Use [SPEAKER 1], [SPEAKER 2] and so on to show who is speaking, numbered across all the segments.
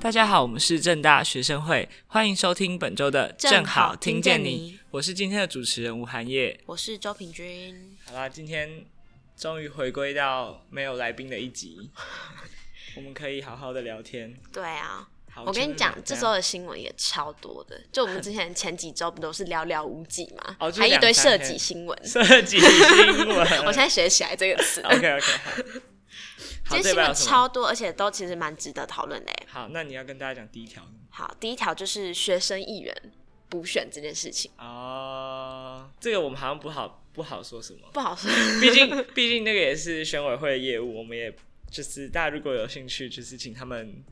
[SPEAKER 1] 大家好，我们是正大学生会，欢迎收听本周的《正好听见你》，我是今天的主持人吴涵叶。
[SPEAKER 2] 我是周平君。
[SPEAKER 1] 好啦，今天终于回归到没有来宾的一集， 我们可以好好的聊天。
[SPEAKER 2] 对啊，
[SPEAKER 1] 好
[SPEAKER 2] 我跟你讲，
[SPEAKER 1] 怎么
[SPEAKER 2] 这
[SPEAKER 1] 样
[SPEAKER 2] 周的新闻也超多 的。就我们之前前几周不都是寥寥无几嘛，
[SPEAKER 1] 哦就是
[SPEAKER 2] 还一堆
[SPEAKER 1] 两三
[SPEAKER 2] 涉
[SPEAKER 1] 天
[SPEAKER 2] 及新闻。
[SPEAKER 1] 设计新闻，，
[SPEAKER 2] 我现在学起来这个词
[SPEAKER 1] OK OK 好，好，
[SPEAKER 2] 其
[SPEAKER 1] 这
[SPEAKER 2] 实新
[SPEAKER 1] 边有
[SPEAKER 2] 闻
[SPEAKER 1] 什么？
[SPEAKER 2] 超多，而且都其实蛮值得讨论的耶。欸
[SPEAKER 1] 好，那你要跟大家讲第一条
[SPEAKER 2] 好，第一条就是学生议员补选这件事情，
[SPEAKER 1] 哦，这个我们好像不好不好说什么，
[SPEAKER 2] 不好说。
[SPEAKER 1] 毕竟毕竟那个也是选委会的业务，我们也就是大家如果有兴趣，就是请他们。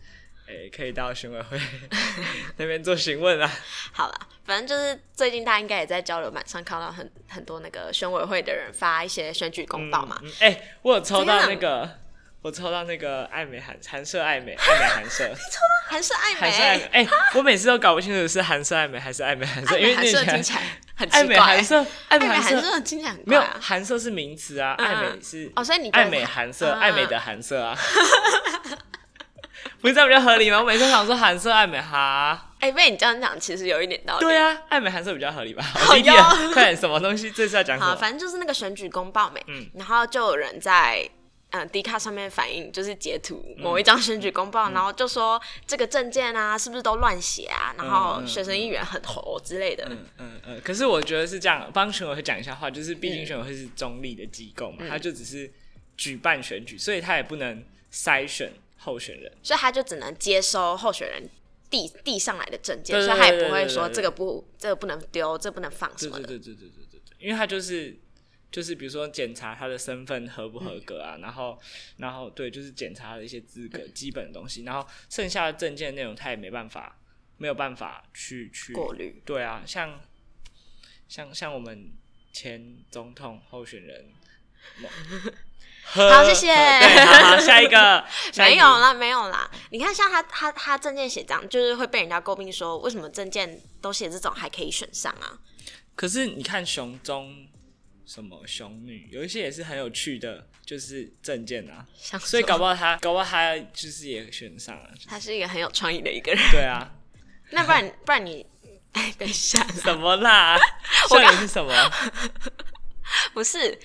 [SPEAKER 1] 诶、可以到选委 会那边做询问啊。
[SPEAKER 2] 好了，反正就是最近大家应该也在交流板上看到很很多那个选委会的人发一些选举公报嘛。
[SPEAKER 1] 嗯？哎、我有抽到
[SPEAKER 2] 怎样
[SPEAKER 1] 那个，我抽到那个爱美韩韩社爱美爱美韩 社
[SPEAKER 2] 韩式爱
[SPEAKER 1] 韩社爱美。
[SPEAKER 2] 美，
[SPEAKER 1] 哎、我每次都搞不清楚是韩社爱美还是爱美韩社，
[SPEAKER 2] 爱
[SPEAKER 1] 因为那
[SPEAKER 2] 美韩式听起来很奇怪、
[SPEAKER 1] 爱美韩社爱
[SPEAKER 2] 爱美
[SPEAKER 1] 韩
[SPEAKER 2] 韩
[SPEAKER 1] 社
[SPEAKER 2] 式听起来很
[SPEAKER 1] 没
[SPEAKER 2] 怪
[SPEAKER 1] 有
[SPEAKER 2] 啊。
[SPEAKER 1] 韩社是名词啊，
[SPEAKER 2] 嗯
[SPEAKER 1] 爱美是
[SPEAKER 2] 哦，所以你觉得
[SPEAKER 1] 爱美韩色，
[SPEAKER 2] 嗯
[SPEAKER 1] 爱美的韩色啊， 不是这样比较合理吗？我每次想说韩色爱美 哈，
[SPEAKER 2] 哎、被你这样讲，其实有一点道理。
[SPEAKER 1] 对啊，爱美韩色比较合理吧？
[SPEAKER 2] 好
[SPEAKER 1] 弟弟
[SPEAKER 2] 哟，
[SPEAKER 1] 快点，什么东西？这是要讲什
[SPEAKER 2] 好，
[SPEAKER 1] 么？
[SPEAKER 2] 反正就是那个选举公报没，
[SPEAKER 1] 嗯
[SPEAKER 2] 然后就有人在嗯 d 卡上面反映，就是截图
[SPEAKER 1] 嗯
[SPEAKER 2] 某一张选举公报，然后就说这个证件啊是不是都乱写啊，然后
[SPEAKER 1] 嗯嗯
[SPEAKER 2] 学生议员很猴之类的。
[SPEAKER 1] 嗯嗯嗯，可是我觉得是这样，帮选委会讲一下话，就是毕
[SPEAKER 2] 嗯
[SPEAKER 1] 竟选委会是中立的机构嘛，他就只是举办选举，所以他也不能筛选候选人。
[SPEAKER 2] 所以他就只能接收候选人递递上来的证件，
[SPEAKER 1] 对对
[SPEAKER 2] 所以他也
[SPEAKER 1] 对
[SPEAKER 2] 不会
[SPEAKER 1] 对
[SPEAKER 2] 说
[SPEAKER 1] 对
[SPEAKER 2] 这个不这个不能丢，这不能放什
[SPEAKER 1] 对
[SPEAKER 2] 么
[SPEAKER 1] 对
[SPEAKER 2] 的。
[SPEAKER 1] 对对对对对对，因为他就是就是比如说检查他的身份合不合格啊，然后然后对，就是检查他的一些资格、基本的东西，然后剩下的证件内容他也没办法没有办法去去
[SPEAKER 2] 过滤。
[SPEAKER 1] 对啊，像像像我们前总统候选人。好
[SPEAKER 2] 好谢谢
[SPEAKER 1] 对，好好，下一个，下一
[SPEAKER 2] 没
[SPEAKER 1] 题
[SPEAKER 2] 有啦，没有啦。你看，像他他他证件写这样，就是会被人家诟病说，为什么证件都写这种还可以选上啊？
[SPEAKER 1] 可是你看熊中什么熊女，有一些也是很有趣的，就是证件啊，
[SPEAKER 2] 像
[SPEAKER 1] 所以
[SPEAKER 2] 说
[SPEAKER 1] 搞不好他，搞不好他就是也选上了。
[SPEAKER 2] 他是一个很有创意的一个人。
[SPEAKER 1] 对啊，
[SPEAKER 2] 那 不然不然你，哎，等一下，
[SPEAKER 1] 什么 啦？笑脸是什么？
[SPEAKER 2] 不是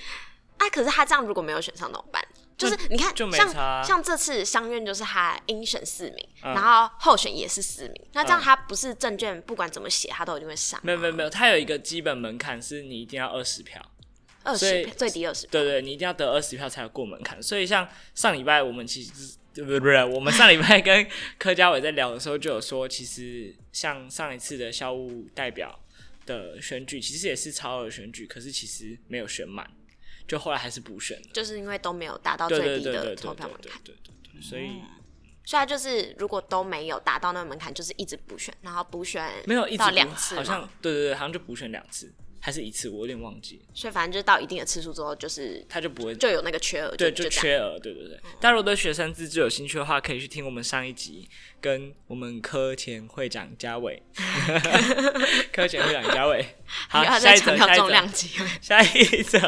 [SPEAKER 2] 啊？可是他这样如果没有选上怎么办？就是你看，
[SPEAKER 1] 就没差啊
[SPEAKER 2] 像像这次乡院就是他应选四名，
[SPEAKER 1] 嗯
[SPEAKER 2] 然后候选也是四名，那这样
[SPEAKER 1] 嗯
[SPEAKER 2] 他不是证券不管怎么写，他都一定会上啊。
[SPEAKER 1] 没有没有没有，他有一个基本门槛是你一定要二十票，
[SPEAKER 2] 二
[SPEAKER 1] 所
[SPEAKER 2] 十
[SPEAKER 1] 以
[SPEAKER 2] 票最低二十票，
[SPEAKER 1] 对对，你一定要得二十票才有过门槛。所以像上礼拜我们其实。不不不，我们上礼拜跟柯佳伟在聊的时候就有说，其实像上一次的校务代表的选举，其实也是超额选举，可是其实没有选满，就后来还是补选了。
[SPEAKER 2] 就是因为都没有达到
[SPEAKER 1] 对
[SPEAKER 2] 最
[SPEAKER 1] 对
[SPEAKER 2] 低
[SPEAKER 1] 对对对
[SPEAKER 2] 的
[SPEAKER 1] 对
[SPEAKER 2] 投票
[SPEAKER 1] 对
[SPEAKER 2] 门
[SPEAKER 1] 对
[SPEAKER 2] 槛，
[SPEAKER 1] 对对，所以
[SPEAKER 2] 所以他就是如果都没有达到那个门槛，就是一直补选，然后补选
[SPEAKER 1] 没有一直
[SPEAKER 2] 到
[SPEAKER 1] 补
[SPEAKER 2] 两次
[SPEAKER 1] 好
[SPEAKER 2] 嘛，
[SPEAKER 1] 像对对对，好像就补选两次还是一次，我有点忘记，
[SPEAKER 2] 所以反正就是到一定的次数之后，就是
[SPEAKER 1] 他就不会
[SPEAKER 2] 就有那个缺额，
[SPEAKER 1] 对就
[SPEAKER 2] 就嗯这样。
[SPEAKER 1] 缺额，对对对。大家如果对学生自治有兴趣的话，可以去听我们上一集跟我们科前会长嘉 伟，科前会长嘉伟，好，
[SPEAKER 2] 不要
[SPEAKER 1] 下
[SPEAKER 2] 再
[SPEAKER 1] 一
[SPEAKER 2] 强
[SPEAKER 1] 则
[SPEAKER 2] 调
[SPEAKER 1] 下一
[SPEAKER 2] 重量
[SPEAKER 1] 则
[SPEAKER 2] 级 了。
[SPEAKER 1] 下一则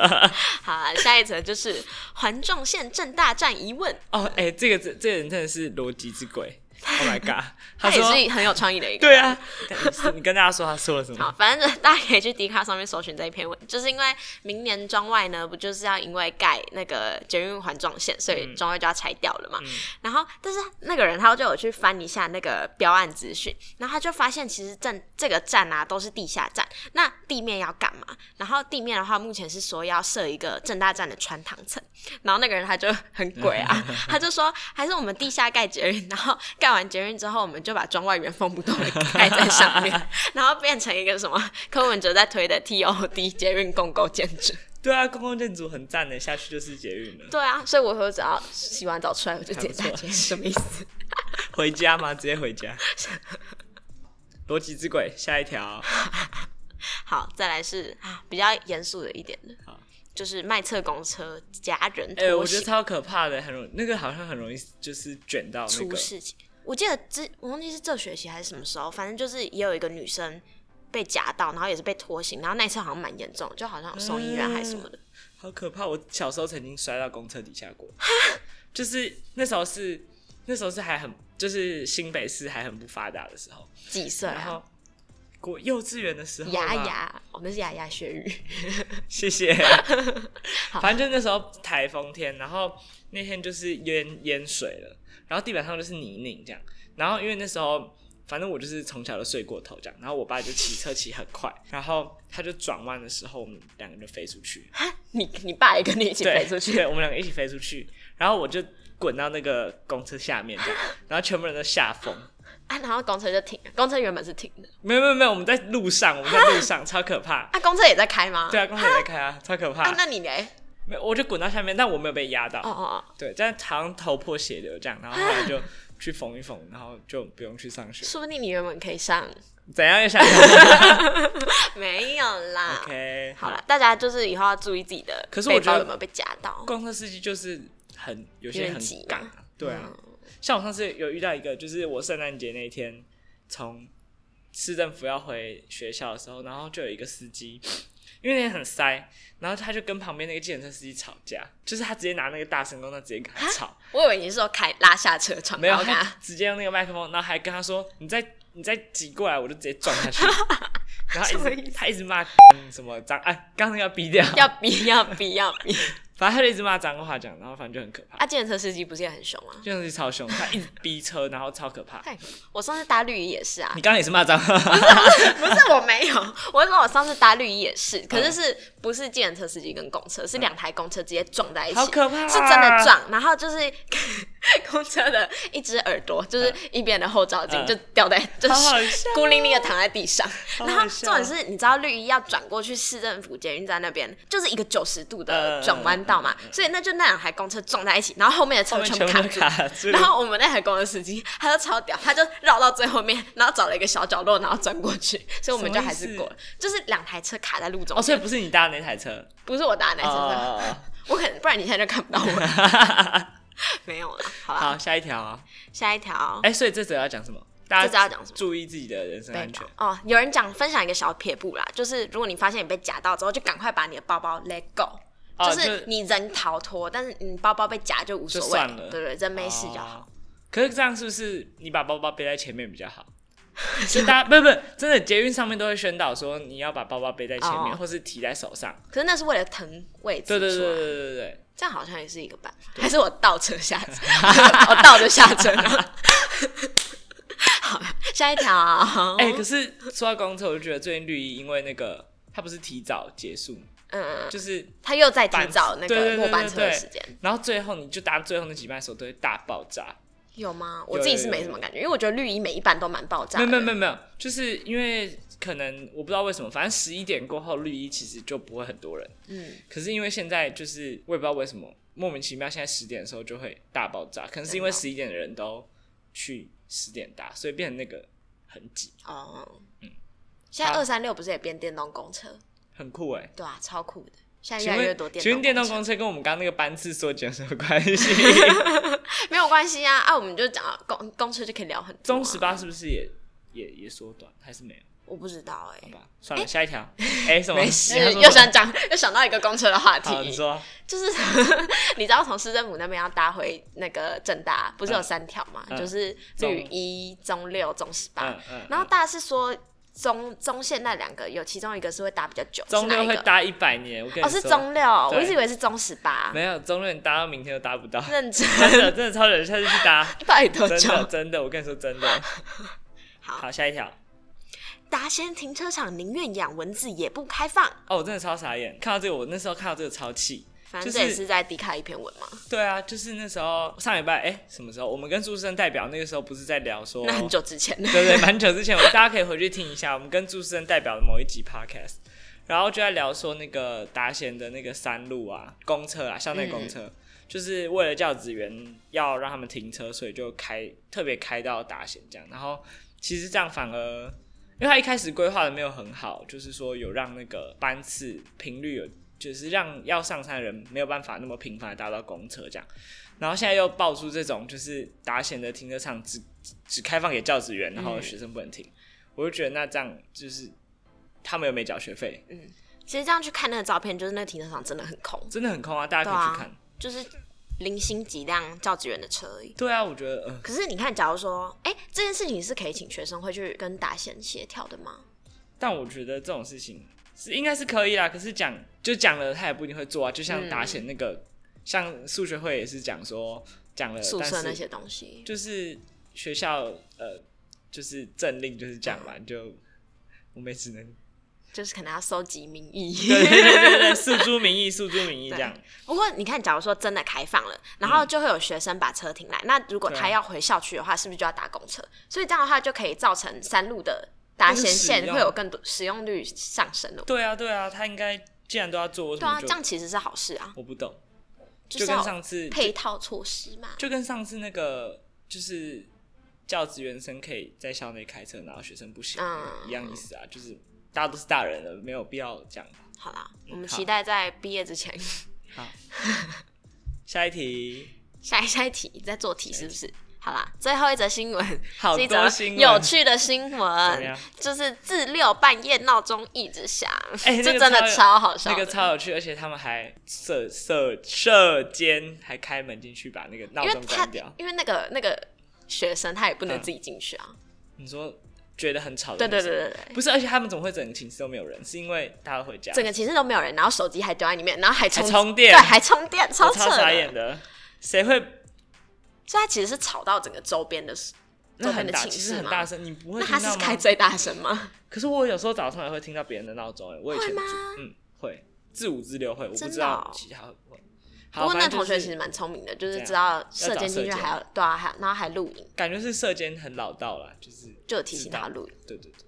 [SPEAKER 2] 好啊，下一则就是环状线正大站疑问，
[SPEAKER 1] 哦，哎、这个这这个人真的是逻辑之鬼，Oh my god，
[SPEAKER 2] 他
[SPEAKER 1] 说
[SPEAKER 2] 也是很有创意的一个。
[SPEAKER 1] 对啊，你你跟大家说他说了什么？
[SPEAKER 2] 好，反正就大家可以去迪卡上面搜寻这一篇文，就是因为明年庄外呢，不就是要因为盖那个捷运环状线，所
[SPEAKER 1] 嗯
[SPEAKER 2] 以庄外就要拆掉了嘛。然后，但是那个人他就有去翻一下那个标案资讯，然后他就发现其实站这个站啊都是地下站，那地面要干嘛？然后地面的话，目前是说要设一个正大站的穿堂层，然后那个人他就很鬼 啊，他就说还是我们地下盖捷运，然后盖完捷运之后，我们就把庄外原封不动的盖在上 面，然后变成一个什么柯文哲在推的 TOD 捷运共构建筑。
[SPEAKER 1] 对啊，公共建筑很赞的，下去就是捷运了。
[SPEAKER 2] 对啊，所以我说只要洗完澡出来，我就直接搭捷运，什么意思？
[SPEAKER 1] 回家吗？直接回 家。逻辑之鬼，下一条。
[SPEAKER 2] 好，再来是啊比较严肃的一点的
[SPEAKER 1] 好，
[SPEAKER 2] 就是卖侧公车夹人
[SPEAKER 1] 哎、
[SPEAKER 2] 拖
[SPEAKER 1] 我觉得
[SPEAKER 2] 鞋、
[SPEAKER 1] 超可怕的，很容那个好像很容易就是卷到那
[SPEAKER 2] 出
[SPEAKER 1] 个。
[SPEAKER 2] 事情。我记得之我忘记是这学期还是什么时候，反正就是也有一个女生被夹到，然后也是被拖行，然后那一次好像蛮严重，就好像有送医院还是什么的。
[SPEAKER 1] 好可怕！我小时候曾经摔到公车底下过，就是那时候是那时候是还很就是新北市还很不发达的时候，
[SPEAKER 2] 几岁
[SPEAKER 1] 然
[SPEAKER 2] 啊？
[SPEAKER 1] 后国幼稚园的时候嘛，啊
[SPEAKER 2] 牙牙，我们是牙牙学语。
[SPEAKER 1] 谢 谢。反正就那时候台风天，然后那天就是淹淹水了，然后地板上就是泥泞这样。然后因为那时候，反正我就是从小就睡过头这样。然后我爸就骑车骑很快，然后他就转弯的时候，我们两个就飞出去，
[SPEAKER 2] 你你爸也跟你一起
[SPEAKER 1] 对
[SPEAKER 2] 飞出去，
[SPEAKER 1] 对我们两个一起飞出去。然后我就滚到那个公车下面这样，然后全部人都吓疯。
[SPEAKER 2] 啊，然后公车就停了，公车原本是停的，
[SPEAKER 1] 没有没有没有，我们在路上，我们在路上，超可怕。
[SPEAKER 2] 啊，公车也在开吗？
[SPEAKER 1] 对啊，公车也在开啊，超可
[SPEAKER 2] 啊
[SPEAKER 1] 怕，。
[SPEAKER 2] 那你嘞？
[SPEAKER 1] 没有，我就滚到下面，但我没有被压到。
[SPEAKER 2] 哦哦哦，
[SPEAKER 1] 对，但好像头破血流这样，然后后来就去缝一缝，然后就不用去上学。
[SPEAKER 2] 说不定你原本可以上，
[SPEAKER 1] 怎样又想到
[SPEAKER 2] 没有啦。
[SPEAKER 1] ？OK，
[SPEAKER 2] 好了，大家就是以后要注意自己的
[SPEAKER 1] 可是我
[SPEAKER 2] 背
[SPEAKER 1] 觉
[SPEAKER 2] 包
[SPEAKER 1] 得
[SPEAKER 2] 有没有被夹到。
[SPEAKER 1] 公车司机就是很有些
[SPEAKER 2] 有点
[SPEAKER 1] 很
[SPEAKER 2] 急
[SPEAKER 1] 赶
[SPEAKER 2] 嘛
[SPEAKER 1] 啊，对啊。像我上次有遇到一个，就是我圣诞节那一天从市政府要回学校的时候，然后就有一个司机， 因为那天很塞，然后他就跟旁边那个计程车司机吵架，就是他直接拿那个大声公，他直接跟他吵。
[SPEAKER 2] 我以为你是说开拉下车窗，
[SPEAKER 1] 没有，
[SPEAKER 2] 然后跟
[SPEAKER 1] 他
[SPEAKER 2] 他
[SPEAKER 1] 直接用那个麦克风，然后还跟他说：“你再你再挤过来，我就直接撞下去。” 然后他
[SPEAKER 2] 什么
[SPEAKER 1] 一
[SPEAKER 2] 意
[SPEAKER 1] 直他一直骂什么脏哎，刚刚要逼掉，
[SPEAKER 2] 要逼要逼要逼。
[SPEAKER 1] 反正他就一直骂脏话讲，然后反正就很可怕，
[SPEAKER 2] 啊，计程车司机不是也很凶吗？
[SPEAKER 1] 这样子超凶，他一直逼车，然后超可怕。
[SPEAKER 2] 太，我上次搭绿衣也 是啊，
[SPEAKER 1] 你刚刚也是骂脏话，
[SPEAKER 2] 不是我没有，我是说我上次搭绿衣也是，
[SPEAKER 1] 嗯
[SPEAKER 2] 可是是不是计程车司机跟公车，是两台公车直接撞在一起，
[SPEAKER 1] 好可怕啊
[SPEAKER 2] 是真的撞，然后就是 公车的一只耳朵，就是一边的后照镜
[SPEAKER 1] 嗯
[SPEAKER 2] 就掉在，就
[SPEAKER 1] 好好
[SPEAKER 2] 是
[SPEAKER 1] 笑
[SPEAKER 2] 孤零零的躺在地上，
[SPEAKER 1] 好
[SPEAKER 2] 然
[SPEAKER 1] 好
[SPEAKER 2] 后
[SPEAKER 1] 笑
[SPEAKER 2] 重点是，你知道绿衣要转过去市政府捷运站那边，就是一个九十
[SPEAKER 1] 嗯
[SPEAKER 2] 度
[SPEAKER 1] 嗯
[SPEAKER 2] 的
[SPEAKER 1] 嗯
[SPEAKER 2] 转弯道嘛，所以那就那两台公车撞在一起，然后后面的
[SPEAKER 1] 后
[SPEAKER 2] 车
[SPEAKER 1] 面
[SPEAKER 2] 全
[SPEAKER 1] 全 部
[SPEAKER 2] 部卡住。
[SPEAKER 1] 卡住，
[SPEAKER 2] 然后我们那台公车司机，他就超屌，他就绕到最后面，然后找了一个小角落，然后钻过去，所以我们就还
[SPEAKER 1] 什么
[SPEAKER 2] 是
[SPEAKER 1] 意思
[SPEAKER 2] 过了。就是两台车卡在路中
[SPEAKER 1] 哦，所
[SPEAKER 2] 间，
[SPEAKER 1] 以不是你搭的那台车
[SPEAKER 2] 不是我搭的那台车，
[SPEAKER 1] 哦。
[SPEAKER 2] 我可能不然你现在就看不到 我。没有了，好啦，
[SPEAKER 1] 好，下一条啊，
[SPEAKER 2] 下一条。
[SPEAKER 1] 哎，所以这则要讲什么？大
[SPEAKER 2] 这则要
[SPEAKER 1] 家
[SPEAKER 2] 讲什么
[SPEAKER 1] 注意自己的人身
[SPEAKER 2] 背
[SPEAKER 1] 安
[SPEAKER 2] 包
[SPEAKER 1] 全。
[SPEAKER 2] 哦，有人讲分享一个小撇步啦，就是如果你发现你被夹到之后，就赶快把你的包包 let go，、
[SPEAKER 1] 哦
[SPEAKER 2] 就是
[SPEAKER 1] 就
[SPEAKER 2] 你人逃脱，但是你包包被夹就无所
[SPEAKER 1] 就
[SPEAKER 2] 谓
[SPEAKER 1] 算了
[SPEAKER 2] 对对，人没事就
[SPEAKER 1] 哦。
[SPEAKER 2] 好。
[SPEAKER 1] 可是这样是不是你把包包背在前面比较 好？就大家不是不是真的，捷运上面都会宣导说你要把包包背在前面，
[SPEAKER 2] 哦
[SPEAKER 1] 或是提在手上。
[SPEAKER 2] 可是那是为了腾位置
[SPEAKER 1] 对对对
[SPEAKER 2] 出来
[SPEAKER 1] 对对对对，
[SPEAKER 2] 这样好像也是一个办法。还是我倒车下车， 我倒着下车， 然后好吧，下一条、哦
[SPEAKER 1] 哎、可是说到公车，我就觉得最近绿衣因为那个它不是提早结束，
[SPEAKER 2] 嗯，
[SPEAKER 1] 就是
[SPEAKER 2] 他又在提
[SPEAKER 1] 班
[SPEAKER 2] 早那
[SPEAKER 1] 对对
[SPEAKER 2] 个
[SPEAKER 1] 对
[SPEAKER 2] 末
[SPEAKER 1] 对
[SPEAKER 2] 班车的
[SPEAKER 1] 对
[SPEAKER 2] 时间，
[SPEAKER 1] 然后最后你就搭最后那几班的时候都会大爆炸。
[SPEAKER 2] 有吗？
[SPEAKER 1] 有
[SPEAKER 2] 我自己
[SPEAKER 1] 有
[SPEAKER 2] 是
[SPEAKER 1] 有
[SPEAKER 2] 没什么感觉，因为我觉得绿衣每一班都蛮爆炸
[SPEAKER 1] 没
[SPEAKER 2] 的。
[SPEAKER 1] 有没有没有没有，就是因为可能我不知道为什么，反正十一点过后绿衣其实就不会很多人。
[SPEAKER 2] 嗯，
[SPEAKER 1] 可是因为现在就是我也不知道为什么莫名其妙，现在十点的时候就会大爆炸，可能是因为
[SPEAKER 2] 啊
[SPEAKER 1] 十一点的人都去十点搭，所以变成那个很挤，
[SPEAKER 2] 哦，现在
[SPEAKER 1] 嗯好
[SPEAKER 2] 二三六不是也变电动公车？
[SPEAKER 1] 很酷哎、
[SPEAKER 2] 对啊，超酷的。现在越
[SPEAKER 1] 请
[SPEAKER 2] 来越
[SPEAKER 1] 问
[SPEAKER 2] 多电动，
[SPEAKER 1] 请问电动
[SPEAKER 2] 车
[SPEAKER 1] 公车跟我们刚刚那个班次缩减有什么关系？
[SPEAKER 2] 没有关系啊啊，我们就讲到公公车就可以聊很多、啊。
[SPEAKER 1] 中十八是不是也也也缩短，还是没有？
[SPEAKER 2] 我不知道哎、
[SPEAKER 1] 好吧，算了，下一 条。哎、什么？
[SPEAKER 2] 没事啊
[SPEAKER 1] 你要，说
[SPEAKER 2] 又
[SPEAKER 1] 什么
[SPEAKER 2] 想讲，又想到一个公车的话题。
[SPEAKER 1] 好，你说
[SPEAKER 2] 就是 你知道从市政府那边要搭回那个正大，不是有三条嘛？
[SPEAKER 1] 嗯
[SPEAKER 2] 就是绿一、中六、中十八、
[SPEAKER 1] 嗯嗯嗯
[SPEAKER 2] 然后大家是说中中线那两个有其中一个是会搭比较久，
[SPEAKER 1] 中
[SPEAKER 2] 是
[SPEAKER 1] 六
[SPEAKER 2] 哪
[SPEAKER 1] 会
[SPEAKER 2] 一个？
[SPEAKER 1] 搭一百年，我跟
[SPEAKER 2] 哦，
[SPEAKER 1] 你说，
[SPEAKER 2] 是中六，我
[SPEAKER 1] 对
[SPEAKER 2] 一直以为是中十八。
[SPEAKER 1] 没有中六，你搭到明天都搭不到，
[SPEAKER 2] 认 真，
[SPEAKER 1] 真的真的超人，下次去搭。
[SPEAKER 2] 拜托
[SPEAKER 1] 真的
[SPEAKER 2] 就
[SPEAKER 1] 真的，我跟你说真的。
[SPEAKER 2] 好
[SPEAKER 1] 下一条。
[SPEAKER 2] 达仙停车场宁愿养蚊子也不开放，
[SPEAKER 1] 哦，我真的超傻眼，看到这个，我那时候看到这个超气。
[SPEAKER 2] 反
[SPEAKER 1] 就
[SPEAKER 2] 正这也
[SPEAKER 1] 是
[SPEAKER 2] 是在迪卡一篇文嘛，
[SPEAKER 1] 对啊，就是那时候上礼拜，哎、什么时候？我们跟朱生代表那个时候不是哦在聊说，
[SPEAKER 2] 那很久之前的。
[SPEAKER 1] 对对，蛮久之前，我们大家可以回去听一下，我们跟朱生代表的某一集 podcast，然后就在聊说那个达贤的那个山路啊，公车啊，校内公车，就是为了教职员要让他们停车，所以就开特别开到达贤这样，然后其实这样反而。因为他一开始规划的没有很好，就是说有让那个班次频率有，就是让要上山的人没有办法那么频繁地搭到公车这样，然后现在又爆出这种就是达贤的停车场只只开放给教职员，然后学生不能停，我就觉得那这样就是他们又没缴学费，
[SPEAKER 2] 其实这样去看那个照片，就是那个停车场真的很空，
[SPEAKER 1] 真的很空啊！大家可以去看，
[SPEAKER 2] 就是零星几辆教职员的车而已。
[SPEAKER 1] 对啊，我觉得，嗯、
[SPEAKER 2] 可是你看，假如说，哎、这件事情是可以请学生会去跟达贤协调的吗？
[SPEAKER 1] 但我觉得这种事情是应该是可以啦。可是讲就讲了，他也不一定会做啊。就像
[SPEAKER 2] 嗯
[SPEAKER 1] 打写那个，像数学会也是讲说讲了，
[SPEAKER 2] 宿舍
[SPEAKER 1] 呃但
[SPEAKER 2] 那
[SPEAKER 1] 是
[SPEAKER 2] 些东西，
[SPEAKER 1] 就是学校呃，就是政令就是这样嘛，就我们也只能
[SPEAKER 2] 就是可能要收集民意。
[SPEAKER 1] 对对对对对，诉诸民意，诉诸民意这样。
[SPEAKER 2] 不过你看，假如说真的开放了，然后就会有学生把车停来，那如果他
[SPEAKER 1] 对
[SPEAKER 2] 要回校区的话，是不是就要搭公车？所以这样的话就可以造成山路的达贤
[SPEAKER 1] 更实
[SPEAKER 2] 线
[SPEAKER 1] 用
[SPEAKER 2] 会有更多使用率上升了。
[SPEAKER 1] 对啊对啊，他应该既然都要做，为什
[SPEAKER 2] 对啊，
[SPEAKER 1] 么
[SPEAKER 2] 这
[SPEAKER 1] 就
[SPEAKER 2] 样其实是好事啊，
[SPEAKER 1] 我不懂？
[SPEAKER 2] 就是
[SPEAKER 1] 跟
[SPEAKER 2] 要
[SPEAKER 1] 上次
[SPEAKER 2] 配套措施嘛。
[SPEAKER 1] 就跟上次那个就是教职员生可以在校内开车，然后学生不行、
[SPEAKER 2] 嗯
[SPEAKER 1] 一样意思啊，就是大家都是大人了，没有必要这样吧。
[SPEAKER 2] 好啦，我们
[SPEAKER 1] 好
[SPEAKER 2] 期待在毕业之前，
[SPEAKER 1] 好，下一题，
[SPEAKER 2] 下一下一题再做题是不是？好啦，最后一则新闻
[SPEAKER 1] 好
[SPEAKER 2] 是一
[SPEAKER 1] 多
[SPEAKER 2] 则
[SPEAKER 1] 新闻
[SPEAKER 2] 有趣的新
[SPEAKER 1] 么样
[SPEAKER 2] 闻，就是自六半夜闹钟一直响，
[SPEAKER 1] 哎、那
[SPEAKER 2] 这
[SPEAKER 1] 个
[SPEAKER 2] 真的
[SPEAKER 1] 有
[SPEAKER 2] 超好笑
[SPEAKER 1] 那
[SPEAKER 2] 的，
[SPEAKER 1] 个超有趣，而且他们还射射射间还开门进去把那个闹
[SPEAKER 2] 因为
[SPEAKER 1] 钟
[SPEAKER 2] 他
[SPEAKER 1] 关掉。
[SPEAKER 2] 因为那个那个学生他也不能
[SPEAKER 1] 嗯
[SPEAKER 2] 自己进去啊，
[SPEAKER 1] 你说觉得很吵的
[SPEAKER 2] 对
[SPEAKER 1] 那
[SPEAKER 2] 对
[SPEAKER 1] 种，
[SPEAKER 2] 对对对。
[SPEAKER 1] 不是，而且他们怎么会整个寝室都没有人？是因为大家都回家，
[SPEAKER 2] 整个寝室都没有人，然后手机还丢在里面，然后还充
[SPEAKER 1] 还充电
[SPEAKER 2] 对，还充电，超
[SPEAKER 1] 我
[SPEAKER 2] 扯
[SPEAKER 1] 超
[SPEAKER 2] 的
[SPEAKER 1] 傻眼的，谁会
[SPEAKER 2] 所以他其实是吵到整个周边的
[SPEAKER 1] 那
[SPEAKER 2] 周边
[SPEAKER 1] 很
[SPEAKER 2] 的
[SPEAKER 1] 大，
[SPEAKER 2] 寝
[SPEAKER 1] 其实
[SPEAKER 2] 室
[SPEAKER 1] 很
[SPEAKER 2] 嘛。
[SPEAKER 1] 大声，你不会
[SPEAKER 2] 那
[SPEAKER 1] 听
[SPEAKER 2] 他
[SPEAKER 1] 到
[SPEAKER 2] 是
[SPEAKER 1] 吗？
[SPEAKER 2] 开最大声吗？
[SPEAKER 1] 可是我有时候早上也会听到别人的闹钟，哎，我以前
[SPEAKER 2] 会吗
[SPEAKER 1] 自嗯会自五自六会，我不
[SPEAKER 2] 真的
[SPEAKER 1] 知道
[SPEAKER 2] 哦
[SPEAKER 1] 其他会不会。
[SPEAKER 2] 不
[SPEAKER 1] 好
[SPEAKER 2] 过那
[SPEAKER 1] 反正就
[SPEAKER 2] 同学
[SPEAKER 1] 是
[SPEAKER 2] 其实蛮聪明的，就是
[SPEAKER 1] 对啊
[SPEAKER 2] 知道
[SPEAKER 1] 要
[SPEAKER 2] 射
[SPEAKER 1] 找
[SPEAKER 2] 箭进
[SPEAKER 1] 射
[SPEAKER 2] 去
[SPEAKER 1] 箭
[SPEAKER 2] 还有对啊，还然后还录影，
[SPEAKER 1] 感觉是射间很老道啦，就是
[SPEAKER 2] 就有提
[SPEAKER 1] 知
[SPEAKER 2] 醒
[SPEAKER 1] 道
[SPEAKER 2] 他录影。
[SPEAKER 1] 对对对，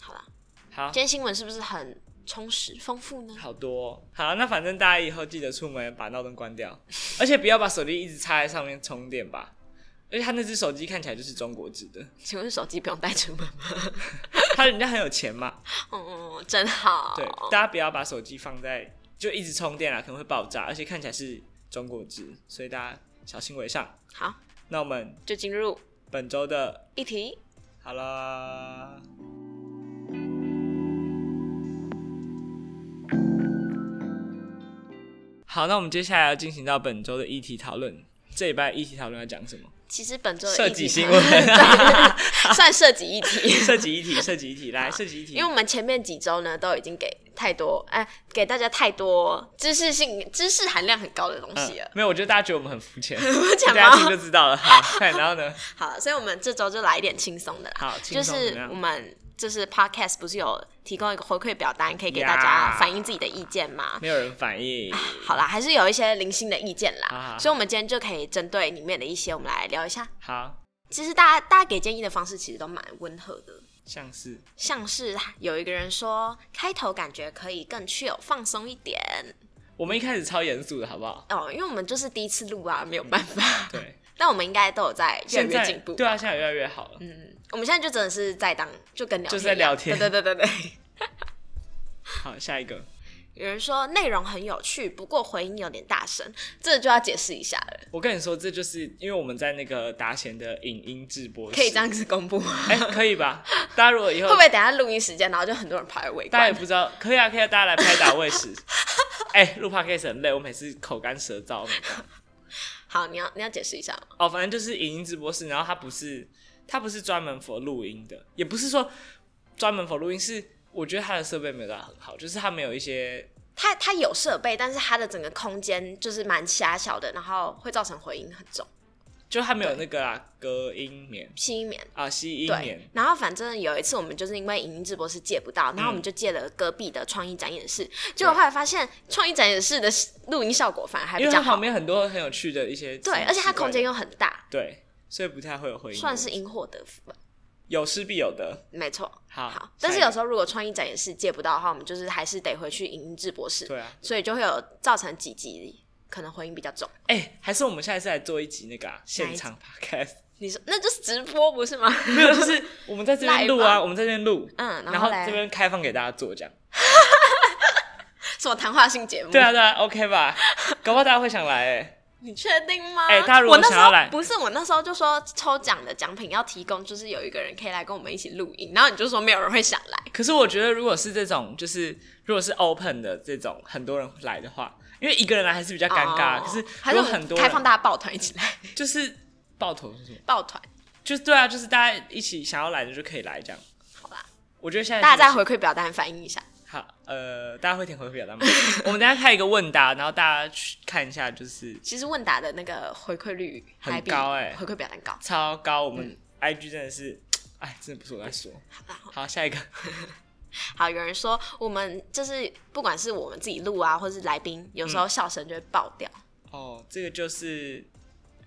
[SPEAKER 2] 好啦，
[SPEAKER 1] 好
[SPEAKER 2] 今天新闻是不是很充实丰富呢？
[SPEAKER 1] 好多哦好，那反正大家以后记得出门把闹钟关掉， 而且不要把手机一直插在上面充电吧。而且他那只手机看起来就是中国制的，
[SPEAKER 2] 请问手机不用带出门吗？
[SPEAKER 1] 他人家很有钱嘛，
[SPEAKER 2] 嗯，真好。
[SPEAKER 1] 对，大家不要把手机放在就一直充电啊啦，可能会爆炸，而且看起来是中国制，所以大家小心为上。
[SPEAKER 2] 好，
[SPEAKER 1] 那我们
[SPEAKER 2] 就进入
[SPEAKER 1] 本周的
[SPEAKER 2] 一题。
[SPEAKER 1] 好啦，好，那我们接下来要进行到本周的议题讨论。这礼拜议题讨论要讲什 么？
[SPEAKER 2] 其实本周的
[SPEAKER 1] 涉
[SPEAKER 2] 议题
[SPEAKER 1] 及
[SPEAKER 2] 讨
[SPEAKER 1] 新
[SPEAKER 2] 论
[SPEAKER 1] 闻，
[SPEAKER 2] 算涉及 议题，
[SPEAKER 1] 涉及议题，涉及议题，来涉及议题
[SPEAKER 2] 因为。我们前面几周呢都已经给太多哎、给大家太多知识性、知识含量很高的东西了
[SPEAKER 1] 嗯。没有，我觉得大家觉得我们很 肤浅，
[SPEAKER 2] 浅吗
[SPEAKER 1] 嗯大家听就知道了。好， 看，然后呢？
[SPEAKER 2] 好，所以我们这周就来一点轻松的啦。
[SPEAKER 1] 好轻
[SPEAKER 2] 就
[SPEAKER 1] 松怎么
[SPEAKER 2] 是
[SPEAKER 1] 样
[SPEAKER 2] 我们就是 podcast 不是有提供一个回馈表单，可以给
[SPEAKER 1] 呀
[SPEAKER 2] 大家反映自己的意见吗？
[SPEAKER 1] 没有人反 应。
[SPEAKER 2] 好啦，还是有一些零星的意见啦，
[SPEAKER 1] 好好好
[SPEAKER 2] 所以我们今天就可以针对里面的一些，我们来聊一下。
[SPEAKER 1] 好，
[SPEAKER 2] 其实大家大家给建议的方式其实都蛮温和的，
[SPEAKER 1] 像是
[SPEAKER 2] 像是有一个人说开头感觉可以更 chill 放松一点
[SPEAKER 1] 我们一开始超严肃的，好不好？
[SPEAKER 2] 哦，因为我们就是第一次录啊，没有办法，
[SPEAKER 1] 对，
[SPEAKER 2] 但我们应该都有在越来
[SPEAKER 1] 现
[SPEAKER 2] 越
[SPEAKER 1] 在
[SPEAKER 2] 进步。
[SPEAKER 1] 对啊，现在越来越好了。
[SPEAKER 2] 嗯，我们现在就真的是在当就跟聊
[SPEAKER 1] 就是
[SPEAKER 2] 天
[SPEAKER 1] 在
[SPEAKER 2] 一样
[SPEAKER 1] 聊天
[SPEAKER 2] 对对对对对。
[SPEAKER 1] 好，下一个，
[SPEAKER 2] 有人说内容很有趣，不过回音有点大声，这就要解释一下了。
[SPEAKER 1] 我跟你说，这就是因为我们在那个达贤的影音直播室，
[SPEAKER 2] 可以这样子公布吗？
[SPEAKER 1] 哎、可以 吧？大家如果以后
[SPEAKER 2] 会不会等一下录音时间，然后就很多人跑来围
[SPEAKER 1] 大家也
[SPEAKER 2] 观？
[SPEAKER 1] 不知道，可以啊，可以啊，大家来拍打喂食。 哎、录 podcast 很累，我每次口干舌燥。
[SPEAKER 2] 好，你要你要解释一下吗？
[SPEAKER 1] 哦，反正就是影音直播室，然后它不是它不是专门 for 录音的，也不是说专门 for 录音，是我觉得它的设备没有到很好，就是它没有一些
[SPEAKER 2] 它它有设备，但是它的整个空间就是蛮狭小的，然后会造成回音很重，
[SPEAKER 1] 就它没有那个啦隔音棉
[SPEAKER 2] 吸棉。
[SPEAKER 1] 啊吸音棉
[SPEAKER 2] 对，，然后反正有一次我们就是因为影音直播是借不到，然后我们就借了隔壁的创意展演室，结果后来发现创意展演室的录音效果反而还
[SPEAKER 1] 因
[SPEAKER 2] 比
[SPEAKER 1] 为
[SPEAKER 2] 较
[SPEAKER 1] 它
[SPEAKER 2] 好
[SPEAKER 1] 旁，边很多很有趣的一些
[SPEAKER 2] 对，而且它
[SPEAKER 1] 奇怪
[SPEAKER 2] 空
[SPEAKER 1] 的
[SPEAKER 2] 间又很大，
[SPEAKER 1] 对，所以不太会有回音的问
[SPEAKER 2] 算
[SPEAKER 1] 题，
[SPEAKER 2] 是因祸得福吧，
[SPEAKER 1] 有失必有得。
[SPEAKER 2] 没错。
[SPEAKER 1] 好，
[SPEAKER 2] 好
[SPEAKER 1] 下，
[SPEAKER 2] 但是
[SPEAKER 1] 一个
[SPEAKER 2] 有时候如果创意展也是借不到的话，我们就是还是得回去影音直播室，
[SPEAKER 1] 对啊，
[SPEAKER 2] 所以就会有造成几集可能回音比较重。
[SPEAKER 1] 哎、还是我们下一次来做一集那个、啊、现
[SPEAKER 2] 一
[SPEAKER 1] 场 podcast，
[SPEAKER 2] 你说那就是直播不是吗？
[SPEAKER 1] 没有，就是我们在这边录
[SPEAKER 2] Live
[SPEAKER 1] 啊，
[SPEAKER 2] 啊
[SPEAKER 1] 我们在这边录，
[SPEAKER 2] 嗯然
[SPEAKER 1] 然
[SPEAKER 2] 后
[SPEAKER 1] 后
[SPEAKER 2] 嘞
[SPEAKER 1] 这边开放给大家做这样。
[SPEAKER 2] 什么谈话性节目？
[SPEAKER 1] 对啊，对啊，OK 吧？搞不好大家会想来、哎，
[SPEAKER 2] 你确定吗？
[SPEAKER 1] 哎大家如果
[SPEAKER 2] 我那时
[SPEAKER 1] 想要
[SPEAKER 2] 候
[SPEAKER 1] 来
[SPEAKER 2] 不是我那时候就说抽奖的奖品要提供，就是有一个人可以来跟我们一起录音，然后你就说没有人会想来，
[SPEAKER 1] 可是我觉得如果是这种，就是如果是 open 的这种，很多人来的话，哎、因为一个人来还是比较尴尬。
[SPEAKER 2] 哦
[SPEAKER 1] 可
[SPEAKER 2] 还
[SPEAKER 1] 是
[SPEAKER 2] 是
[SPEAKER 1] 有
[SPEAKER 2] 我们
[SPEAKER 1] 很多
[SPEAKER 2] 开放
[SPEAKER 1] 人
[SPEAKER 2] 大家抱团一起来
[SPEAKER 1] 就是抱头是什么？
[SPEAKER 2] 抱团，
[SPEAKER 1] 就是对啊，就是大家一起想要来的就可以来这样。
[SPEAKER 2] 好吧？
[SPEAKER 1] 我觉得现在
[SPEAKER 2] 大
[SPEAKER 1] 就
[SPEAKER 2] 家
[SPEAKER 1] 是
[SPEAKER 2] 在回馈表单反映一下。
[SPEAKER 1] 好，呃，大家会填回复表单吗？ 我们等一下开一个问答，然后大家去看一下，就是
[SPEAKER 2] 其实问答的那个回馈率还比
[SPEAKER 1] 很高欸
[SPEAKER 2] 回馈表单高。
[SPEAKER 1] 超高。我们 IG 真的是，哎，真的不是我在说。好，下一个，
[SPEAKER 2] 好，有人说我们就是不管是我们自己录啊，或是来宾，有
[SPEAKER 1] 嗯
[SPEAKER 2] 时候笑声就会爆掉。
[SPEAKER 1] 哦，这个就是，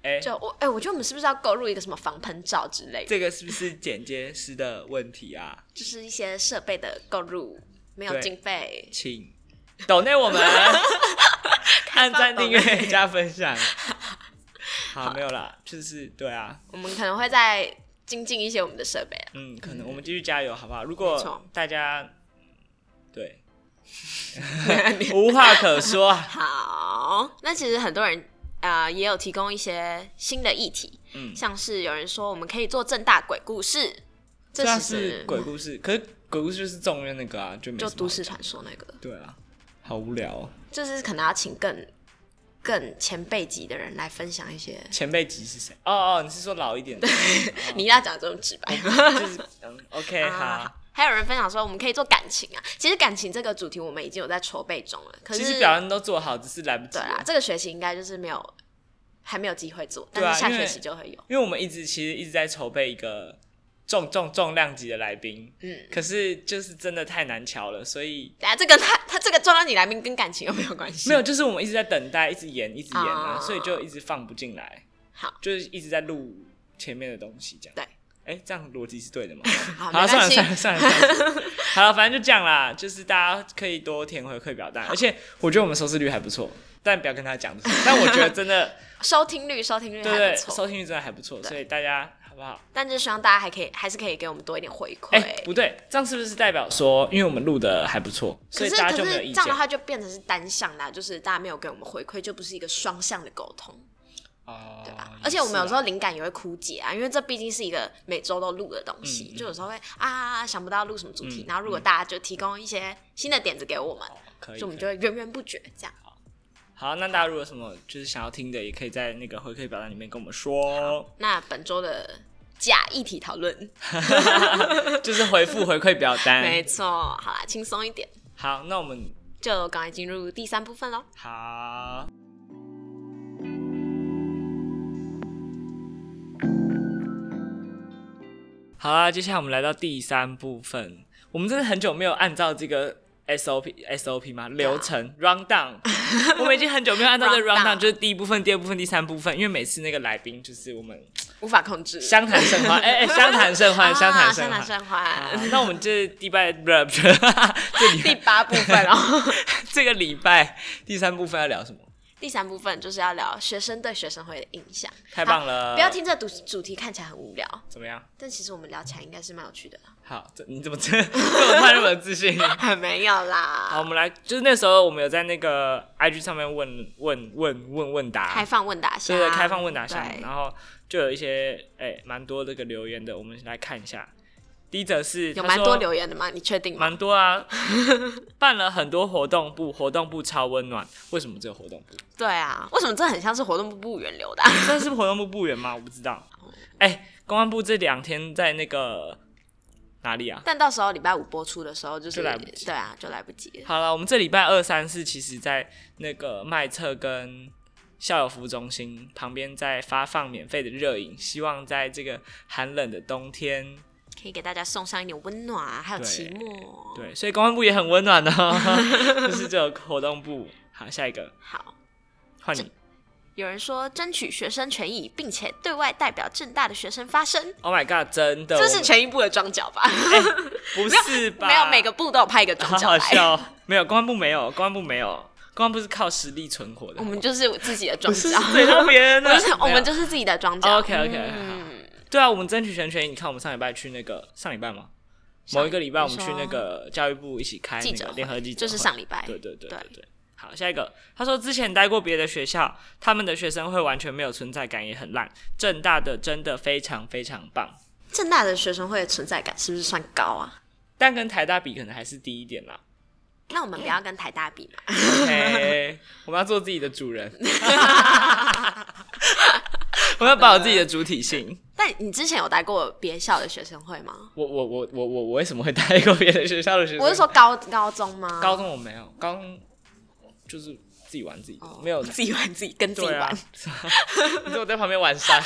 [SPEAKER 1] 哎、
[SPEAKER 2] 就我哎、我觉得我们是不是要购入一个什么防喷罩之类的？
[SPEAKER 1] 这个是不是剪接师的问题啊？
[SPEAKER 2] 就是一些设备的购入没有
[SPEAKER 1] 对
[SPEAKER 2] 经费，
[SPEAKER 1] 请抖内我们按赞、订
[SPEAKER 2] 开放抖
[SPEAKER 1] 阅、
[SPEAKER 2] 内
[SPEAKER 1] 加分享。好，没有啦，就是对啊，
[SPEAKER 2] 我们可能会再精进一些我们的设备啊。
[SPEAKER 1] 嗯，可能我们继续加油，好不好？如
[SPEAKER 2] 没
[SPEAKER 1] 果
[SPEAKER 2] 错
[SPEAKER 1] 大家对无话可说啊，
[SPEAKER 2] 好，那其实很多人啊、呃也有提供一些新的议题，
[SPEAKER 1] 嗯，
[SPEAKER 2] 像是有人说我们可以做正大鬼故事，这
[SPEAKER 1] 虽然
[SPEAKER 2] 其实
[SPEAKER 1] 啊
[SPEAKER 2] 嗯
[SPEAKER 1] 是鬼故事，可是鬼故事就是重任那个啊，就没
[SPEAKER 2] 就
[SPEAKER 1] 什么
[SPEAKER 2] 都
[SPEAKER 1] 好
[SPEAKER 2] 市传说那个，
[SPEAKER 1] 对啊，好无聊、哦。
[SPEAKER 2] 就是可能要请更更前辈级的人来分享一些。
[SPEAKER 1] 前辈级是 谁？哦哦，你是说老一点的？
[SPEAKER 2] 你一定要讲得这么直白吗？
[SPEAKER 1] 就是嗯，OK，好。
[SPEAKER 2] 还有人分享说，我们可以做感情啊。其实感情这个主题我们已经有在筹备中了，可
[SPEAKER 1] 其
[SPEAKER 2] 是
[SPEAKER 1] 实表演都做好，只是来不及
[SPEAKER 2] 对啊
[SPEAKER 1] 了。
[SPEAKER 2] 啦，这个学期应该就是没有，还没有机会做，
[SPEAKER 1] 对啊
[SPEAKER 2] 但是下
[SPEAKER 1] 因为
[SPEAKER 2] 学期就会有。
[SPEAKER 1] 因为我们一直其实一直在筹备一个重重重量级的来宾，
[SPEAKER 2] 嗯，
[SPEAKER 1] 可是就是真的太难瞧了，所以
[SPEAKER 2] 等下啊这跟他他这个重量级来宾跟感情有没有关系？
[SPEAKER 1] 没有，就是我们一直在等待，一直演，一直演啊，
[SPEAKER 2] 嗯啊
[SPEAKER 1] 所以就一直放不进来。
[SPEAKER 2] 好，
[SPEAKER 1] 就是一直在录前面的东西，这样。
[SPEAKER 2] 对，
[SPEAKER 1] 哎、这样逻辑是对的 吗？
[SPEAKER 2] 好，
[SPEAKER 1] 好，
[SPEAKER 2] 没
[SPEAKER 1] 算
[SPEAKER 2] 关
[SPEAKER 1] 了
[SPEAKER 2] 系。
[SPEAKER 1] 算了算了算了， 好了，反正就这样啦。就是大家可以多填回馈表单，而且我觉得我们收视率还不错，但不要跟他讲。但我觉得真 的，
[SPEAKER 2] 收听率收听率
[SPEAKER 1] 对
[SPEAKER 2] 还
[SPEAKER 1] 对
[SPEAKER 2] 不
[SPEAKER 1] 对，
[SPEAKER 2] 错，
[SPEAKER 1] 收听率真的还不错，
[SPEAKER 2] 对
[SPEAKER 1] 所以大家好不好？
[SPEAKER 2] 但就希望大家还可以还是可以给我们多一点回馈。
[SPEAKER 1] 哎、不对，这样是不是代表说，因为我们录的还不错，所
[SPEAKER 2] 可
[SPEAKER 1] 以
[SPEAKER 2] 是
[SPEAKER 1] 大
[SPEAKER 2] 可
[SPEAKER 1] 家就是没有
[SPEAKER 2] 这
[SPEAKER 1] 意见
[SPEAKER 2] 样的话就变成是单向啦，就是大家没有给我们回馈，就不是一个双向的沟通。
[SPEAKER 1] 哦？
[SPEAKER 2] 对吧？
[SPEAKER 1] 也
[SPEAKER 2] 而且我们有时
[SPEAKER 1] 是
[SPEAKER 2] 候
[SPEAKER 1] 啦
[SPEAKER 2] 灵感也会枯竭啊，因为这毕竟是一个每周都录的东
[SPEAKER 1] 嗯
[SPEAKER 2] 西，
[SPEAKER 1] 嗯
[SPEAKER 2] 就有时候会啊想不到录什么主题，
[SPEAKER 1] 嗯
[SPEAKER 2] 然后如果大家就提供一些新的点子给我们，
[SPEAKER 1] 哦可
[SPEAKER 2] 所
[SPEAKER 1] 以，
[SPEAKER 2] 以我们
[SPEAKER 1] 可以
[SPEAKER 2] 就会源源不绝这样。
[SPEAKER 1] 好。那大家如果有什么就是想要听的，也可以在那个回馈表单里面跟我们说，
[SPEAKER 2] 那本周的假议题讨论，
[SPEAKER 1] 就是回复回馈表
[SPEAKER 2] 没
[SPEAKER 1] 单。
[SPEAKER 2] 错，好啦，轻松一点，
[SPEAKER 1] 好，那我们
[SPEAKER 2] 就赶快进入第三部分喽。
[SPEAKER 1] 好。好啦，接下来我们来到第三部分。我们真的很久没有按照这个 SOP SOP
[SPEAKER 2] 啊
[SPEAKER 1] 嘛流程 round down，我们已经很久没有按照这 round
[SPEAKER 2] Round
[SPEAKER 1] down，
[SPEAKER 2] down
[SPEAKER 1] 就是第一部分、第二部分、第三部分，因为每次那个来宾就是我们
[SPEAKER 2] 无法控制，
[SPEAKER 1] 相谈甚 欢，哎哎，相谈甚欢，
[SPEAKER 2] 啊
[SPEAKER 1] 相谈甚欢
[SPEAKER 2] 相
[SPEAKER 1] 啊
[SPEAKER 2] 谈。甚
[SPEAKER 1] 好
[SPEAKER 2] 欢。
[SPEAKER 1] 那我们这礼拜不是不是这礼拜
[SPEAKER 2] 第八部分 哦，
[SPEAKER 1] 这个礼拜第三部分要聊什么？
[SPEAKER 2] 第三部分就是要聊学生对学生会的印象。
[SPEAKER 1] 太棒了！
[SPEAKER 2] 不要听这主主题看起来很无聊，
[SPEAKER 1] 怎么样？
[SPEAKER 2] 但其实我们聊起来应该是蛮有趣的 啦。
[SPEAKER 1] 好，这你怎么这 这么快那么有自信？
[SPEAKER 2] 没 有
[SPEAKER 1] 好，我
[SPEAKER 2] 啦，
[SPEAKER 1] 们来，就是那时候我们有在那个 IG 上面问问问问问
[SPEAKER 2] 开
[SPEAKER 1] 答，
[SPEAKER 2] 放问答箱，
[SPEAKER 1] 对对，开放问答箱，
[SPEAKER 2] 对
[SPEAKER 1] 然后就有一些哎蛮多这个留言的，我们来看一下。第一则是
[SPEAKER 2] 有
[SPEAKER 1] 他
[SPEAKER 2] 蛮多
[SPEAKER 1] 说
[SPEAKER 2] 留言的吗？你确定吗？
[SPEAKER 1] 蛮多啊， 办了很多活动部，活动部超温暖。为什么只有活动部？
[SPEAKER 2] 对啊，为什么这很像是活动部部员留的、啊？
[SPEAKER 1] 但是活动部部员吗？我不知 道。
[SPEAKER 2] 哦
[SPEAKER 1] 哎、公安部这两天在那个哪里啊？
[SPEAKER 2] 但到时候礼拜五播出的时候，就是
[SPEAKER 1] 就来不及
[SPEAKER 2] 对啊，就来不及了。
[SPEAKER 1] 好了，我们这礼拜二、三、四，其实在那个麦测跟校友服务中心旁边在发放免费的热饮，希望在这个寒冷的冬天，
[SPEAKER 2] 可以给大家送上一点温暖啊，还有
[SPEAKER 1] 对
[SPEAKER 2] 期末。
[SPEAKER 1] 对，所以公安部也很温暖的、哦， 就是这个活动部。好，下一个
[SPEAKER 2] 好，
[SPEAKER 1] 换你。
[SPEAKER 2] 有人说争取学生权益，并且对外代表正大的学生发声，
[SPEAKER 1] Oh my god，真的，
[SPEAKER 2] 这
[SPEAKER 1] 我
[SPEAKER 2] 是
[SPEAKER 1] 们
[SPEAKER 2] 权益部的庄脚吧？
[SPEAKER 1] 不是吧？
[SPEAKER 2] 没有， 每个部都有派一个
[SPEAKER 1] 好
[SPEAKER 2] 庄脚
[SPEAKER 1] 好
[SPEAKER 2] 来。
[SPEAKER 1] 笑哦，没有公安部没有，公安部没有，公安部是靠实力存活的。
[SPEAKER 2] 我们就是自己的庄
[SPEAKER 1] 不是
[SPEAKER 2] 脚，
[SPEAKER 1] 对到别人
[SPEAKER 2] 不
[SPEAKER 1] 的，
[SPEAKER 2] 是我
[SPEAKER 1] 没有哦
[SPEAKER 2] 们就是自己的庄脚。
[SPEAKER 1] OK，OK，
[SPEAKER 2] 嗯
[SPEAKER 1] 对啊，我们争取全权益。你看，我们上礼拜去那个上礼拜吗？某一个礼拜，我们去那个教育部一起开
[SPEAKER 2] 记
[SPEAKER 1] 那
[SPEAKER 2] 者
[SPEAKER 1] 个
[SPEAKER 2] 会
[SPEAKER 1] 联合记者
[SPEAKER 2] 就
[SPEAKER 1] 会，
[SPEAKER 2] 是上礼拜，
[SPEAKER 1] 对对对对
[SPEAKER 2] 对
[SPEAKER 1] 对。好，下一个，他说之前待过别的学校，他们的学生会完全没有存在感，也很烂。正大的真的非常非常棒，
[SPEAKER 2] 正大的学生会的存在感是不是算高啊？
[SPEAKER 1] 但跟台大比可能还是低一点啦。
[SPEAKER 2] 那我们不要跟台大 比嘛，
[SPEAKER 1] OK，我们要做自己的主 人，我们要保有自己的主体性。
[SPEAKER 2] 但你之前有待过别校的学生会吗？
[SPEAKER 1] 我我我我我我为什么会待过别的学校的学生？
[SPEAKER 2] 我是说高高中吗？
[SPEAKER 1] 高中我没有，高中就是自己玩自己的，
[SPEAKER 2] 哦
[SPEAKER 1] 没有
[SPEAKER 2] 自己玩自己跟自己
[SPEAKER 1] 对啊
[SPEAKER 2] 玩，，
[SPEAKER 1] 你 说我在旁边玩 沙。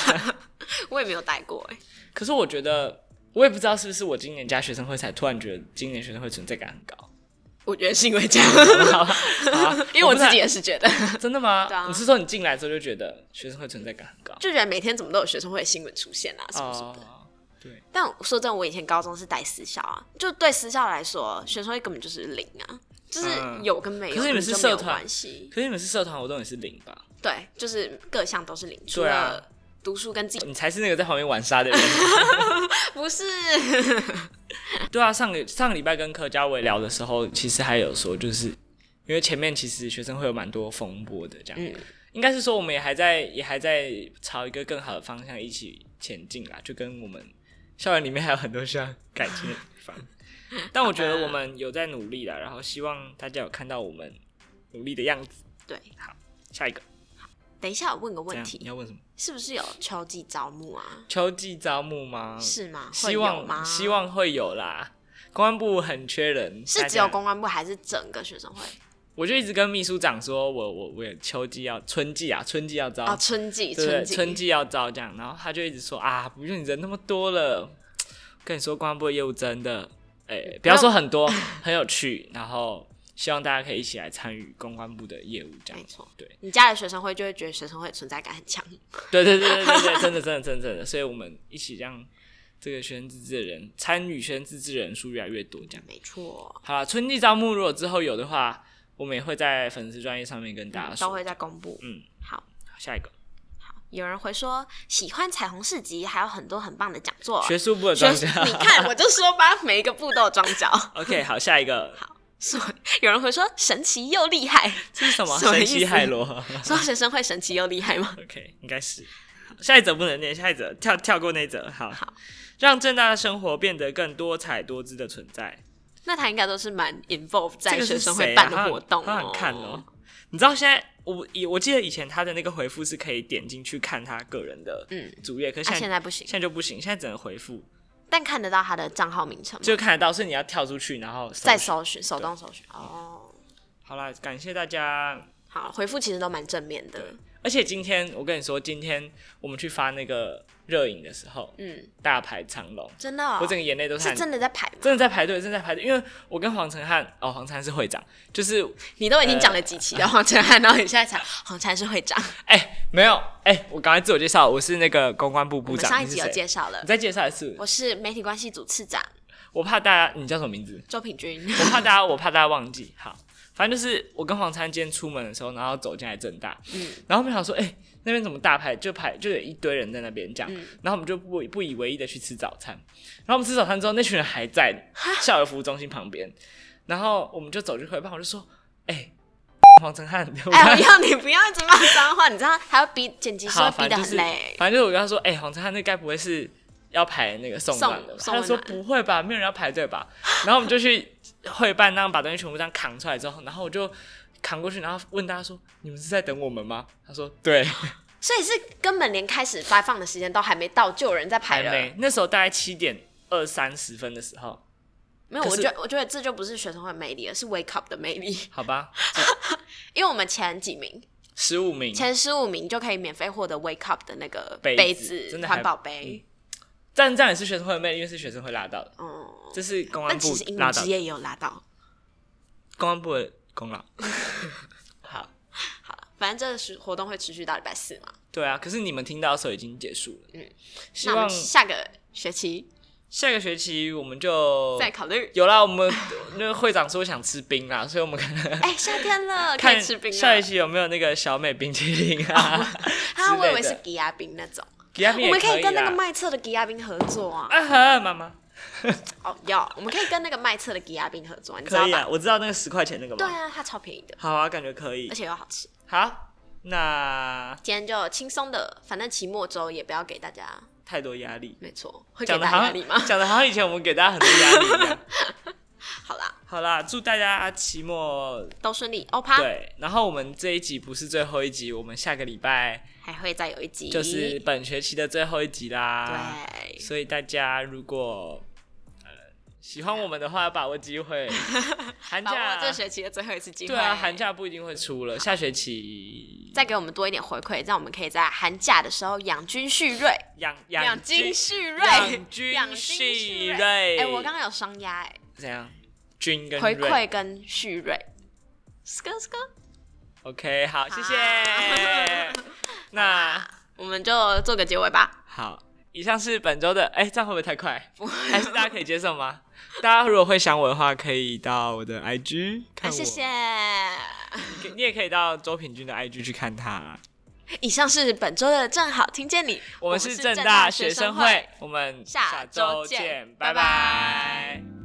[SPEAKER 2] 我也没有待过哎、
[SPEAKER 1] 可是我觉得，我也不知道是不是我今年加学生会才突然觉得今年学生会存在感很高。
[SPEAKER 2] 我觉得是因为这样，
[SPEAKER 1] 好好
[SPEAKER 2] 因为我
[SPEAKER 1] 不
[SPEAKER 2] 自
[SPEAKER 1] 太
[SPEAKER 2] 己也是觉得，
[SPEAKER 1] 真的吗？
[SPEAKER 2] 对啊
[SPEAKER 1] 你是说你进来之后就觉得学生会存在感很高？
[SPEAKER 2] 就觉得每天怎么都有学生会的新闻出现啊什么什么的。
[SPEAKER 1] 哦，对，
[SPEAKER 2] 但说真的，我以前高中是待私校啊，就对私校来说，学生会根本就是零啊，就是
[SPEAKER 1] 嗯
[SPEAKER 2] 有跟没有，
[SPEAKER 1] 可是你们是
[SPEAKER 2] 就没有
[SPEAKER 1] 社团
[SPEAKER 2] 关系，
[SPEAKER 1] 可是你们是社团活动也是零吧？
[SPEAKER 2] 对，就是各项都是零，除
[SPEAKER 1] 对啊
[SPEAKER 2] 了读书跟自己
[SPEAKER 1] 你才是那个在旁边玩沙的人。
[SPEAKER 2] 不是，
[SPEAKER 1] 对啊，上个上个礼拜跟柯佳伟聊的时候，其实还有说，就是因为前面其实学生会有蛮多风波的，这样，
[SPEAKER 2] 嗯
[SPEAKER 1] 应该是说我们也还在也还在朝一个更好的方向一起前进啦，就跟我们校园里面还有很多需要改进的地 方，但我觉得我们有在努力啦，然后希望大家有看到我们努力的样子。
[SPEAKER 2] 对。
[SPEAKER 1] 下一个，
[SPEAKER 2] 等一下，我问个
[SPEAKER 1] 这
[SPEAKER 2] 问
[SPEAKER 1] 样你
[SPEAKER 2] 题，
[SPEAKER 1] 要问什么？
[SPEAKER 2] 是不是有秋季招募啊？
[SPEAKER 1] 秋季招募吗？
[SPEAKER 2] 是吗？会
[SPEAKER 1] 希
[SPEAKER 2] 有吗？
[SPEAKER 1] 望希望会有啦。公安部很缺人，
[SPEAKER 2] 是
[SPEAKER 1] 大
[SPEAKER 2] 只有
[SPEAKER 1] 家
[SPEAKER 2] 公关部还是整个学生会？
[SPEAKER 1] 我就一直跟秘书长说，我我我有秋季要春季啊，春季要招，
[SPEAKER 2] 哦，春季，
[SPEAKER 1] 对不对
[SPEAKER 2] 季，
[SPEAKER 1] 春季要招这样，然后他就一直说啊，不用你人那么多了，跟你说公安部的业务真的，哎、
[SPEAKER 2] 嗯
[SPEAKER 1] 不要说很多，很有趣，然后希望大家可以一起来参与公关部的业务这样
[SPEAKER 2] 没。错。
[SPEAKER 1] 对，
[SPEAKER 2] 你家的学生会就会觉得学生会存在感很强。
[SPEAKER 1] 对对对对对对，真的真的真的真的，所以我们一起让这个学生自治的人参与学生自治的人数越来越多这样。
[SPEAKER 2] 没错，
[SPEAKER 1] 好了，春季招募如果之后有的话，我们也会在粉丝专业上面跟大家
[SPEAKER 2] 都
[SPEAKER 1] 说。
[SPEAKER 2] 会在公布。
[SPEAKER 1] 嗯，
[SPEAKER 2] 好，
[SPEAKER 1] 下一个。
[SPEAKER 2] 有人回说喜欢彩虹市集，还有很多很棒的讲座。
[SPEAKER 1] 学术部的
[SPEAKER 2] 学
[SPEAKER 1] 专家。
[SPEAKER 2] 你看，我就说吧，每一个步都有装脚。
[SPEAKER 1] OK，好，下一个
[SPEAKER 2] 说有人回说神奇又厉害，
[SPEAKER 1] 这是什么？
[SPEAKER 2] 什么
[SPEAKER 1] 神
[SPEAKER 2] 意
[SPEAKER 1] 奇
[SPEAKER 2] 思
[SPEAKER 1] 海螺。
[SPEAKER 2] 说学生会神奇又厉害吗？
[SPEAKER 1] OK，应该是。下一则不能念，下一则跳跳过那则。好，让正大的生活变得更多彩多姿的存在。
[SPEAKER 2] 那他应该都是蛮 involve 在
[SPEAKER 1] 这个是
[SPEAKER 2] 学生会
[SPEAKER 1] 谁啊
[SPEAKER 2] 办的活动
[SPEAKER 1] 他很
[SPEAKER 2] 哦。
[SPEAKER 1] 他很看哦。你知道现在我以我记得以前他的那个回复是可以点进去看他个人的
[SPEAKER 2] 嗯
[SPEAKER 1] 主页，可是现
[SPEAKER 2] 啊，
[SPEAKER 1] 在、
[SPEAKER 2] 现在不行
[SPEAKER 1] 现，在就不行，现在只能回复，
[SPEAKER 2] 但看得到他的账号名称吗？
[SPEAKER 1] 就看得到，是你要跳出去然后搜
[SPEAKER 2] 在
[SPEAKER 1] 寻
[SPEAKER 2] 搜寻，手动搜寻。哦，
[SPEAKER 1] 好啦，感谢大家
[SPEAKER 2] 好，回复其实都蛮正面的。
[SPEAKER 1] 而且今天我跟你说，今天我们去发那个热影的时候，
[SPEAKER 2] 嗯，
[SPEAKER 1] 大排长龙，
[SPEAKER 2] 真的、哦，
[SPEAKER 1] 我整个眼泪都
[SPEAKER 2] 是
[SPEAKER 1] 汗，
[SPEAKER 2] 真的在排吗？
[SPEAKER 1] 真的在排队，真的在排队，因为我跟黄晨汉，哦，黄晨汉是会长，就是
[SPEAKER 2] 你都已经讲了几期 了，黄晨汉，然后你现在才黄晨汉是会长，
[SPEAKER 1] 哎、没有哎、我赶快自我介绍，我是那个公关部
[SPEAKER 2] 我
[SPEAKER 1] 部
[SPEAKER 2] 们
[SPEAKER 1] 长，
[SPEAKER 2] 上一
[SPEAKER 1] 你
[SPEAKER 2] 集
[SPEAKER 1] 是
[SPEAKER 2] 有
[SPEAKER 1] 谁
[SPEAKER 2] 介绍了
[SPEAKER 1] 你，再介绍一次，
[SPEAKER 2] 我是媒体关系组次长
[SPEAKER 1] 我怕大家，你叫什么名字？
[SPEAKER 2] 周品君。
[SPEAKER 1] 我怕大家，我怕大家忘记。好，反正就是我跟黄灿今天出门的时候，然后走进来正大，
[SPEAKER 2] 嗯
[SPEAKER 1] 然后我们想说，哎、那边怎么大排就排就有一堆人在那边这样，
[SPEAKER 2] 嗯
[SPEAKER 1] 然后我们就不不以为意的去吃早餐，然后我们吃早餐之后，那群人还在校友服务中心旁边，然后我们就走去回报，我就说，哎、黄晨汉，我
[SPEAKER 2] 哎，
[SPEAKER 1] 刚
[SPEAKER 2] 我要你不要一直骂脏话，你知道还要逼剪辑师
[SPEAKER 1] 好，
[SPEAKER 2] 会逼
[SPEAKER 1] 反正
[SPEAKER 2] 得
[SPEAKER 1] 就
[SPEAKER 2] 很
[SPEAKER 1] 是
[SPEAKER 2] 累，
[SPEAKER 1] 反正就是我跟他说，哎、黄晨汉那该不会是要排那个送暖的吧？
[SPEAKER 2] 送送
[SPEAKER 1] 他就说
[SPEAKER 2] 温
[SPEAKER 1] 不会吧，没有人要排队吧？然后我们就去会办，那样把东西全部这样扛出来之后，然后我就扛过去，然后问大家说，你们是在等我们吗？他说对，
[SPEAKER 2] 所以是根本连开始发放的时间都还没到，就有人在排
[SPEAKER 1] 还
[SPEAKER 2] 了。
[SPEAKER 1] 没。那时候大概七点二三十分的时候，
[SPEAKER 2] 没有，
[SPEAKER 1] 可
[SPEAKER 2] 我
[SPEAKER 1] 是
[SPEAKER 2] 觉得我觉得这就不是学生会魅力了，是 Wake Up 的魅力，
[SPEAKER 1] 好吧，
[SPEAKER 2] 因为我们前几名，
[SPEAKER 1] 十五名。
[SPEAKER 2] 前十五名就可以免费获得 Wake Up 的那个
[SPEAKER 1] 杯
[SPEAKER 2] 子
[SPEAKER 1] 子真的还
[SPEAKER 2] 环保杯。
[SPEAKER 1] 但这样也是学生会的魅力，因为是学生会拉到的，
[SPEAKER 2] 哦、
[SPEAKER 1] 这是公安
[SPEAKER 2] 但
[SPEAKER 1] 部
[SPEAKER 2] 其实英
[SPEAKER 1] 嗯拉
[SPEAKER 2] 文
[SPEAKER 1] 到
[SPEAKER 2] 职
[SPEAKER 1] 的，
[SPEAKER 2] 业也有拉到。
[SPEAKER 1] 公安部的功 劳。好，
[SPEAKER 2] 好了，反正这个是活动会持续到礼拜四嘛。
[SPEAKER 1] 对啊，可是你们听到的时候已经结束了，
[SPEAKER 2] 嗯
[SPEAKER 1] 希
[SPEAKER 2] 那我
[SPEAKER 1] 望
[SPEAKER 2] 们下个学期
[SPEAKER 1] 下个学期我们就
[SPEAKER 2] 再考虑。
[SPEAKER 1] 有啦，我们那个会长说想吃冰啦， 所以我们可 能
[SPEAKER 2] 哎、夏天了，可
[SPEAKER 1] 看
[SPEAKER 2] 以吃冰啊
[SPEAKER 1] 下
[SPEAKER 2] 了
[SPEAKER 1] 一。期有没有那个小美冰淇淋 啊？
[SPEAKER 2] 啊，
[SPEAKER 1] 之
[SPEAKER 2] 我以
[SPEAKER 1] 类
[SPEAKER 2] 为
[SPEAKER 1] 的
[SPEAKER 2] 是吉亚冰那种，
[SPEAKER 1] 给他冰
[SPEAKER 2] 我
[SPEAKER 1] 也
[SPEAKER 2] 们可以跟那个
[SPEAKER 1] 啦。
[SPEAKER 2] 卖测的吉亚冰合作啊。
[SPEAKER 1] 啊哈，妈妈
[SPEAKER 2] 哦，要，我们可以跟那个卖测的吉亚冰合作，你知
[SPEAKER 1] 啊可
[SPEAKER 2] 道
[SPEAKER 1] 以
[SPEAKER 2] 吧？
[SPEAKER 1] 啊，我知道那个十块钱那个
[SPEAKER 2] 对
[SPEAKER 1] 嘛。
[SPEAKER 2] 啊，它超便宜的，
[SPEAKER 1] 好啊，感觉可以
[SPEAKER 2] 而。且又好吃。
[SPEAKER 1] 好，那
[SPEAKER 2] 今天就轻松的，反正期末周也不要给大家，
[SPEAKER 1] 太多压力，
[SPEAKER 2] 没错，会给
[SPEAKER 1] 讲的
[SPEAKER 2] 大家
[SPEAKER 1] 好
[SPEAKER 2] 压力吗
[SPEAKER 1] 像？讲的好像以前我们给大家很多压力一样。
[SPEAKER 2] 好啦，
[SPEAKER 1] 好啦，祝大家期末
[SPEAKER 2] 都顺利，哦欧趴
[SPEAKER 1] 对。然后我们这一集不是最后一集，我们下个礼拜
[SPEAKER 2] 还会再有一集，
[SPEAKER 1] 就是啊本学期的最后一集啦。
[SPEAKER 2] 对，
[SPEAKER 1] 所以大家如果呃喜欢我们的话，要把握机 会。寒
[SPEAKER 2] 把握
[SPEAKER 1] 假
[SPEAKER 2] 这学期的最后一次机会。
[SPEAKER 1] 对啊，寒假不一定会出了，下学期
[SPEAKER 2] 再给我们多一点回馈，让我们可以在寒假的时候养精蓄锐，
[SPEAKER 1] 养
[SPEAKER 2] 养
[SPEAKER 1] 养
[SPEAKER 2] 精
[SPEAKER 1] 精
[SPEAKER 2] 蓄锐，
[SPEAKER 1] 养精
[SPEAKER 2] 养
[SPEAKER 1] 蓄
[SPEAKER 2] 锐。
[SPEAKER 1] 锐。
[SPEAKER 2] 哎、我刚刚有双压哎，
[SPEAKER 1] 怎样？君跟
[SPEAKER 2] 回
[SPEAKER 1] 瑞
[SPEAKER 2] 馈跟蓄锐。s k s k
[SPEAKER 1] OK，好，谢谢
[SPEAKER 2] 好。啊
[SPEAKER 1] 那
[SPEAKER 2] 我们就做个结尾吧。
[SPEAKER 1] 好，以上是本周的，哎、这样会不会太快？
[SPEAKER 2] 不会
[SPEAKER 1] 还是大家可以接受吗？大家如果会想我的话，可以到我的 IG 看
[SPEAKER 2] 啊，
[SPEAKER 1] 我。
[SPEAKER 2] 谢谢。
[SPEAKER 1] 你也可以到周品君的 IG 去看他啊啦。
[SPEAKER 2] 以上是本周的正好听见你，
[SPEAKER 1] 我们是正
[SPEAKER 2] 大
[SPEAKER 1] 大学生
[SPEAKER 2] 生
[SPEAKER 1] 会，我们
[SPEAKER 2] 下
[SPEAKER 1] 下
[SPEAKER 2] 周
[SPEAKER 1] 周
[SPEAKER 2] 见
[SPEAKER 1] 见，拜
[SPEAKER 2] 拜拜
[SPEAKER 1] 拜